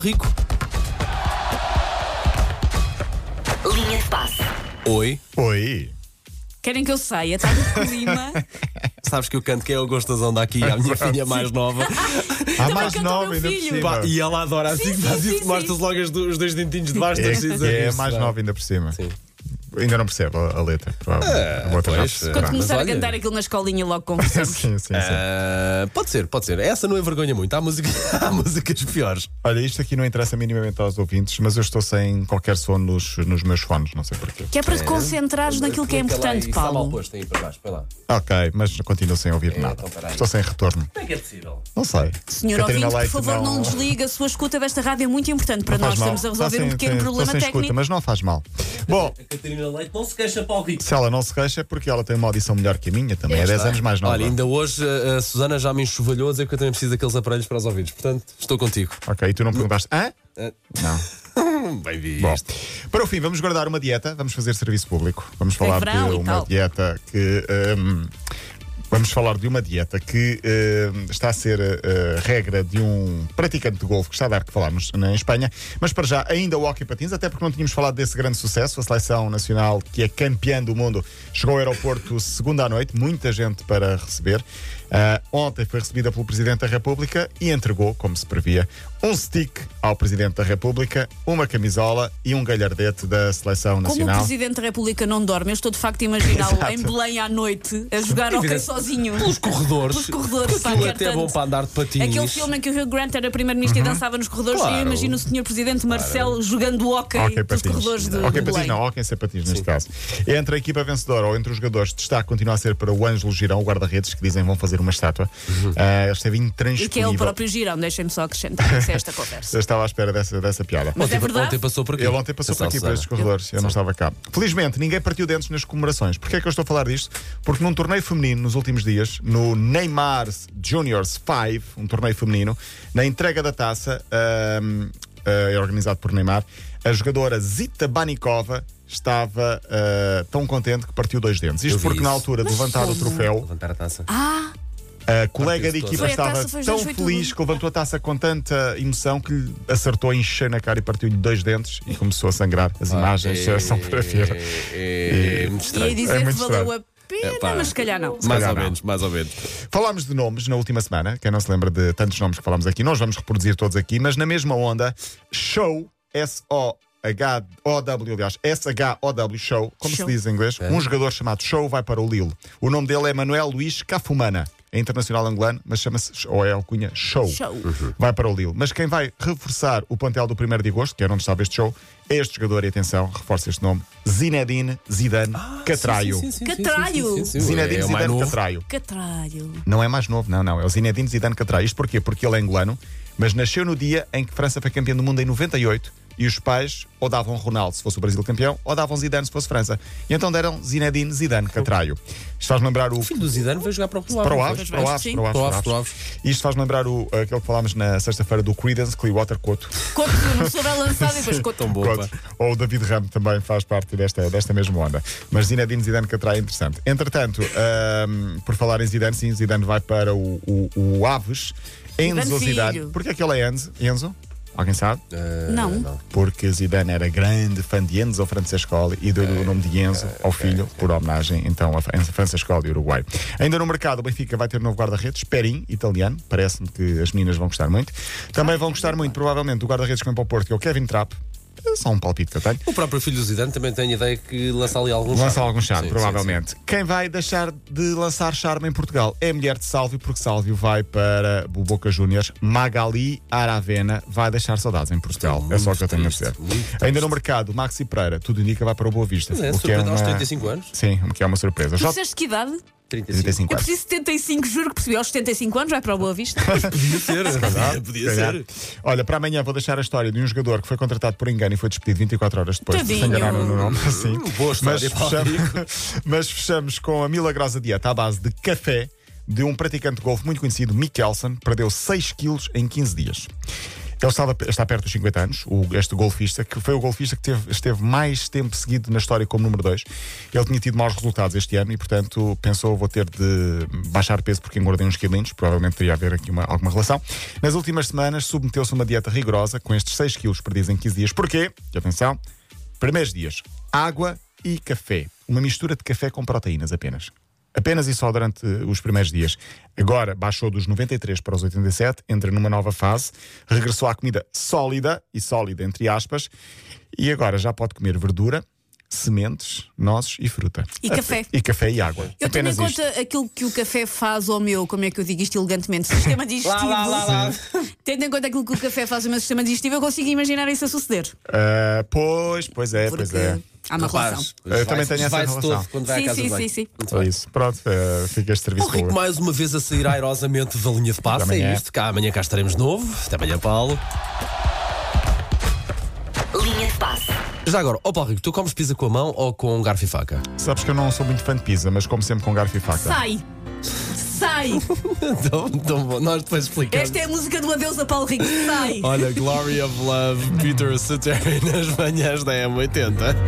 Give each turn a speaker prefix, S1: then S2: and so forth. S1: Rico.
S2: Linha de passe.
S1: Oi.
S3: Oi.
S4: Querem que eu saia? Está no clima.
S1: Sabes que eu canto que é o Gostazão daqui, a minha filha mais nova.
S3: Há
S4: Também
S3: mais
S4: Então canta o meu
S3: nova ainda por
S4: filho.
S3: cima.
S1: Pá, e ela adora assim
S4: Sim,
S1: que
S4: sim,
S1: faz
S4: sim,
S1: isso,
S4: sim.
S1: mostras logo as do- os dois dentinhos debaixo das cinzas.
S3: É, é
S1: Isso,
S3: mais
S1: pá.
S3: nova ainda por cima.
S1: Sim. É,
S3: Ainda não percebo a, a letra, provavelmente. Vou tentar
S1: pois,
S3: perceber.
S1: Quando
S4: Quando começar
S1: Mas
S4: a
S1: olha-
S4: cantar aquilo na escolinha, logo conversamos.
S3: Sim, sim, sim.
S1: Ah, pode ser, pode ser. Essa não envergonha muito. Há, música, há músicas piores.
S3: Olha, isto aqui não interessa minimamente aos ouvintes, mas eu estou sem qualquer som nos, nos meus fones, não sei porquê.
S4: Que é para te concentrares naquilo que é
S1: Clica lá
S4: importante,
S1: e está mal
S4: Paulo.
S1: posto aí para baixo, vai lá.
S3: Ok, mas continuo sem ouvir nada.
S1: então, peraí.
S3: estou sem retorno.
S1: Como é que é possível?
S3: Não sei.
S4: Senhor
S3: Catarina
S4: ouvinte, por
S3: Leite
S4: favor, não... desliga. A sua escuta desta rádio é muito importante para
S3: não faz
S4: nós.
S3: mal.
S4: Estamos
S3: Está
S4: a resolver um
S3: sem-
S4: pequeno
S3: sem- estou
S4: problema
S3: sem
S4: técnico.
S3: escuta, mas não faz mal. Bom,
S1: A Catarina Leite não se queixa para o Rico.
S3: se ela não se queixa, é porque ela tem uma audição melhor que a minha também. É 10 anos mais nova.
S1: Olha, ainda hoje a, a Susana já me enxovalhou a dizer que eu também preciso daqueles aparelhos para os ouvidos. Portanto, estou contigo.
S3: Ok, e tu não perguntaste. Hã? Não.
S1: Bem visto.
S3: Bom, para o fim, vamos guardar uma dieta, vamos fazer serviço público. Vamos falar
S4: É verão
S3: de
S4: e
S3: uma
S4: tal.
S3: dieta que. hum, Vamos falar de uma dieta que hum, está a ser eh, regra de um praticante de golfe que está a dar que falarmos na Espanha, mas para já ainda o hockey patins, até porque não tínhamos falado desse grande sucesso. A seleção nacional, que é campeã do mundo, chegou ao aeroporto segunda à noite, muita gente para receber. Ah, ontem foi recebida pelo Presidente da República e entregou, como se previa, um stick ao Presidente da República, uma camisola e um galhardete da seleção
S4: Como o
S3: nacional.
S4: Presidente da República não dorme, eu estou de facto a imaginá-lo
S3: Exato.
S4: em Belém à noite a jogar hockey
S1: Evidente.
S4: sozinho.
S1: Pelos corredores.
S4: Pelos corredores,
S1: Aquilo
S4: pá,
S1: é
S4: quero
S1: até bom
S4: tanto.
S1: para andar de patins.
S4: Aquele filme em que o Hugh Grant era
S3: Uhum.
S4: primeiro-ministro e dançava nos corredores,
S1: Claro.
S4: e eu imagino o Senhor Presidente Marcelo jogando hockey,
S3: Hockey
S4: pelos corredores de
S3: Hockey patins
S4: Belém.
S3: não, hockey sem patins neste caso. Entre a equipa vencedora ou entre os jogadores, destaque continua a ser para o Ângelo Girão, o guarda-redes, que dizem vão fazer uma estátua. Ah, ele esteve intransponível.
S4: E que é o próprio Girão, deixem-me só acrescentar isso a esta conversa.
S3: Eu estava à espera dessa, dessa piada.
S4: Mas
S1: ontem,
S4: é verdade?
S1: ontem passou por aqui. É
S3: Ele ontem passou por
S1: Atenção,
S3: aqui, por estes
S1: Susana.
S3: corredores. Eu não estava cá. Felizmente, ninguém partiu dentes nas comemorações. Porquê é que eu estou a falar disto? Porque num torneio feminino, nos últimos dias, no Neymar Juniors 5, um torneio feminino, na entrega da taça, ahm, ah, é organizado por Neymar, a jogadora Zita Banikova estava ah, tão contente que partiu dois dentes.
S1: Eu
S3: Isto
S1: vi
S3: porque na
S1: isso.
S3: altura de levantar o troféu,
S1: Levantar a taça.
S4: Ah,
S3: a colega
S1: Partiu-se
S3: de equipa
S1: toda.
S4: Foi a taça,
S3: estava
S4: foi os
S3: tão
S4: dois, foi
S3: feliz
S4: tudo.
S3: que levantou a taça com tanta emoção que lhe acertou a encher na cara e partiu-lhe dois dentes e começou a sangrar. As
S1: Ah,
S3: imagens são para ver.
S1: É, é muito
S4: e aí
S1: estranho.
S4: dizer
S3: É
S4: que
S3: muito
S4: valeu a
S3: estranho.
S4: pena,
S1: Epá.
S4: mas se calhar não.
S1: Mais
S3: calhar
S1: ou
S3: não.
S1: menos, mais ou menos.
S3: Falámos de nomes na última semana, quem não se lembra de tantos nomes que falámos aqui, nós vamos reproduzir todos aqui, mas na mesma onda, Show, S-O-H-O-W, aliás, S-H-O-W, Show, como
S4: Show.
S3: se diz em inglês,
S1: É.
S3: um jogador chamado Show vai para o Lille. O nome dele é Manuel Luís Cafumana, é internacional angolano, mas chama-se, ou é alcunha,
S4: Show.
S1: Uhum.
S3: vai para o Lille. Mas quem vai reforçar o plantel do 1 de agosto, que era onde estava este show, é este jogador, e atenção, reforça este nome: Zinedine Zidane
S1: Ah,
S3: Catraio.
S4: Catraio.
S3: Zinedine
S1: É o mais
S3: Zidane
S1: novo.
S3: Catraio.
S4: Catralho.
S3: Não é mais novo, não, não. É o Zinedine Zidane Catraio. Isto porquê? Porque ele é angolano, mas nasceu no dia em que França foi campeã do mundo em 98 e os pais ou davam Ronaldo se fosse o Brasil campeão ou davam Zidane se fosse França. E então deram Zinedine Zidane Catraio. Isto faz lembrar o
S1: O filho do Zidane veio jogar para o
S3: para o
S1: Aves.
S3: Aves,
S4: Pois
S3: para o
S4: vai,
S3: Aves,
S4: sim.
S3: para o Aves,
S1: Para o
S3: para o
S1: Aves, para o
S3: Aves. Isto faz lembrar o, aquele que falámos na sexta-feira do Creedence Clearwater Couto.
S4: Corpo de não soube a lançada e depois conta
S1: Tão bom,
S3: Pronto.
S1: pá.
S3: Ou o David Ram também faz parte desta, desta mesma onda. Mas Zinedine Zidane que atrai é interessante. Entretanto, ahm, por falar em Zidane, sim, Zidane vai para o, o, o Aves. Enzo
S4: Zidane
S3: Zidane.
S4: filho.
S3: Porquê é que ele é Enzo? Enzo? Alguém sabe? É,
S4: Não.
S3: Porque Zidane era grande fã de Enzo Francescoli e deu-lhe o nome de Enzo ao filho, por homenagem então a Enzo Francescoli, Uruguai. Ainda no mercado, o Benfica vai ter um novo guarda-redes, Perim, italiano. Parece-me que as meninas vão gostar muito. Também vão gostar muito, provavelmente, do guarda-redes que vem para o Porto, que é o Kevin Trapp. É só um palpite que eu tenho.
S1: O próprio filho do Zidane também tem a ideia que lança ali algum
S3: Lança
S1: charme.
S3: algum charme,
S1: Sim,
S3: provavelmente. Quem vai deixar de lançar charme em Portugal é a mulher de Sálvio, porque Sálvio vai para o Boca Juniors. Magali Aravena vai deixar saudades em Portugal.
S1: Muito
S3: É só o que eu tenho a
S1: triste,
S3: dizer.
S1: muito triste.
S3: Ainda no mercado, Maxi Pereira, tudo indica, vai para o Boa Vista.
S1: Mas é,
S3: o que é
S1: surpreende
S3: uma...
S1: aos 35 anos.
S3: Sim, o que é uma surpresa.
S4: Tu
S3: J-
S4: disseste que idade?
S1: 35.
S3: 35
S4: Eu
S3: anos.
S4: preciso de 75, juro que percebi. Aos 75 anos vai para o Boa Vista.
S1: Podia ser, podia, podia ser.
S3: Olha, para amanhã vou deixar a história de um jogador que foi contratado por engano e foi despedido 24 horas depois de se
S4: Tadinho.
S3: enganaram no nome. Sim.
S1: Hum, boa
S3: mas,
S1: história, Paulo
S3: fechamos, mas fechamos com a milagrosa dieta à base de café de um praticante de golfe muito conhecido, Mikkelsen, perdeu 6 quilos em 15 dias. Ele estava, está perto dos 50 anos, o- este golfista, que foi o golfista que teve- esteve mais tempo seguido na história como número 2. Ele tinha tido maus resultados este ano e, portanto, pensou: vou ter de baixar peso porque engordei uns quilinhos. Provavelmente teria a ver aqui uma- alguma relação. Nas últimas semanas, submeteu-se a uma dieta rigorosa, com estes 6 quilos perdidos em 15 dias. Porquê? E atenção: primeiros dias, água e café. Uma mistura de café com proteínas apenas. Apenas e só durante eh, os primeiros dias. Agora baixou dos 93 para os 87, entra numa nova fase, regressou à comida sólida, e sólida entre aspas, e agora já pode comer verdura, sementes, nozes e fruta.
S4: E café.
S3: E café e água.
S4: Eu tenho em
S3: apenas isto.
S4: conta aquilo que o café faz ao meu, como é que eu digo isto elegantemente, sistema digestivo. Tendo em conta aquilo que o café faz ao meu sistema digestivo, eu consigo imaginar isso a suceder.
S3: Ah, pois, pois é,
S4: Porque
S3: pois é.
S4: há uma relação.
S3: Eu também tenho essa
S1: Vai-se
S3: relação.
S1: todo quando vai
S4: Sim,
S1: à casa
S4: sim,
S1: de banho.
S4: sim, sim.
S1: Muito
S3: Foi
S1: bem.
S3: isso. Pronto, eh, fica este
S4: Oh,
S3: serviço
S1: O Rico
S3: para hoje.
S1: mais uma vez a sair airosamente da linha de passe.
S3: Até amanhã.
S1: É isto. Cá amanhã cá estaremos de novo. Até amanhã, Paulo.
S2: Linha de passe.
S1: Já agora, ó Paulo Rico, tu comes pizza com a mão ou com um garfo e faca?
S3: Sabes que eu não sou muito fã de pizza, mas como sempre com garfo e faca.
S4: Sai! Sai!
S1: Então, então bom, nós depois explicamos.
S4: Esta é a música do Adeus a Paulo Rico. Sai!
S1: Olha, Glory of Love, Peter Cetera nas manhãs da M80.